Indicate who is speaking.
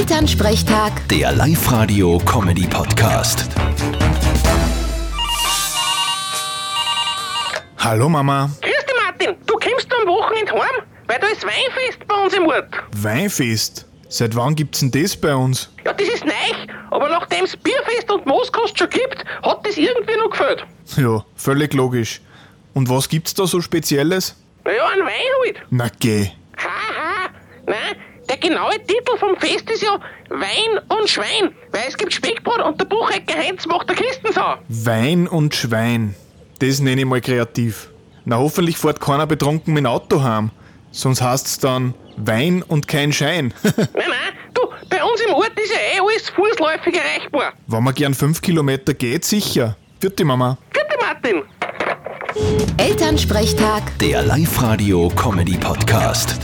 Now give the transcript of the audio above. Speaker 1: Elternsprechtag,
Speaker 2: Der Live-Radio-Comedy-Podcast.
Speaker 3: Hallo Mama,
Speaker 4: Grüß dich, Martin. Du kommst am Wochenende heim, weil da ist Weinfest bei uns im Ort.
Speaker 3: Weinfest. Seit wann gibt's denn das bei uns?
Speaker 4: Ja, das ist neu, aber nachdem es Bierfest und Mooskost schon gibt, hat das irgendwie noch gefällt.
Speaker 3: Ja, völlig logisch. Und was gibt's da so Spezielles?
Speaker 4: Naja, ein Wein halt.
Speaker 3: Na geh.
Speaker 4: Haha. Nein, der genaue Titel vom Fest ist ja Wein und Schwein, weil es gibt Speckbrot und der Buchecker Heinz macht der Kistensau.
Speaker 3: Wein und Schwein. Das nenne ich mal kreativ. Na hoffentlich fährt keiner betrunken mit dem Auto heim. Sonst heißt's dann Wein und kein Schein.
Speaker 4: Nein, nein, du, bei uns im Ort ist ja eh alles fußläufig erreichbar.
Speaker 3: Wenn man gern 5 Kilometer geht, sicher. Vierte Mama.
Speaker 4: Bitte, Martin.
Speaker 1: Elternsprechtag.
Speaker 2: Der Live-Radio-Comedy-Podcast.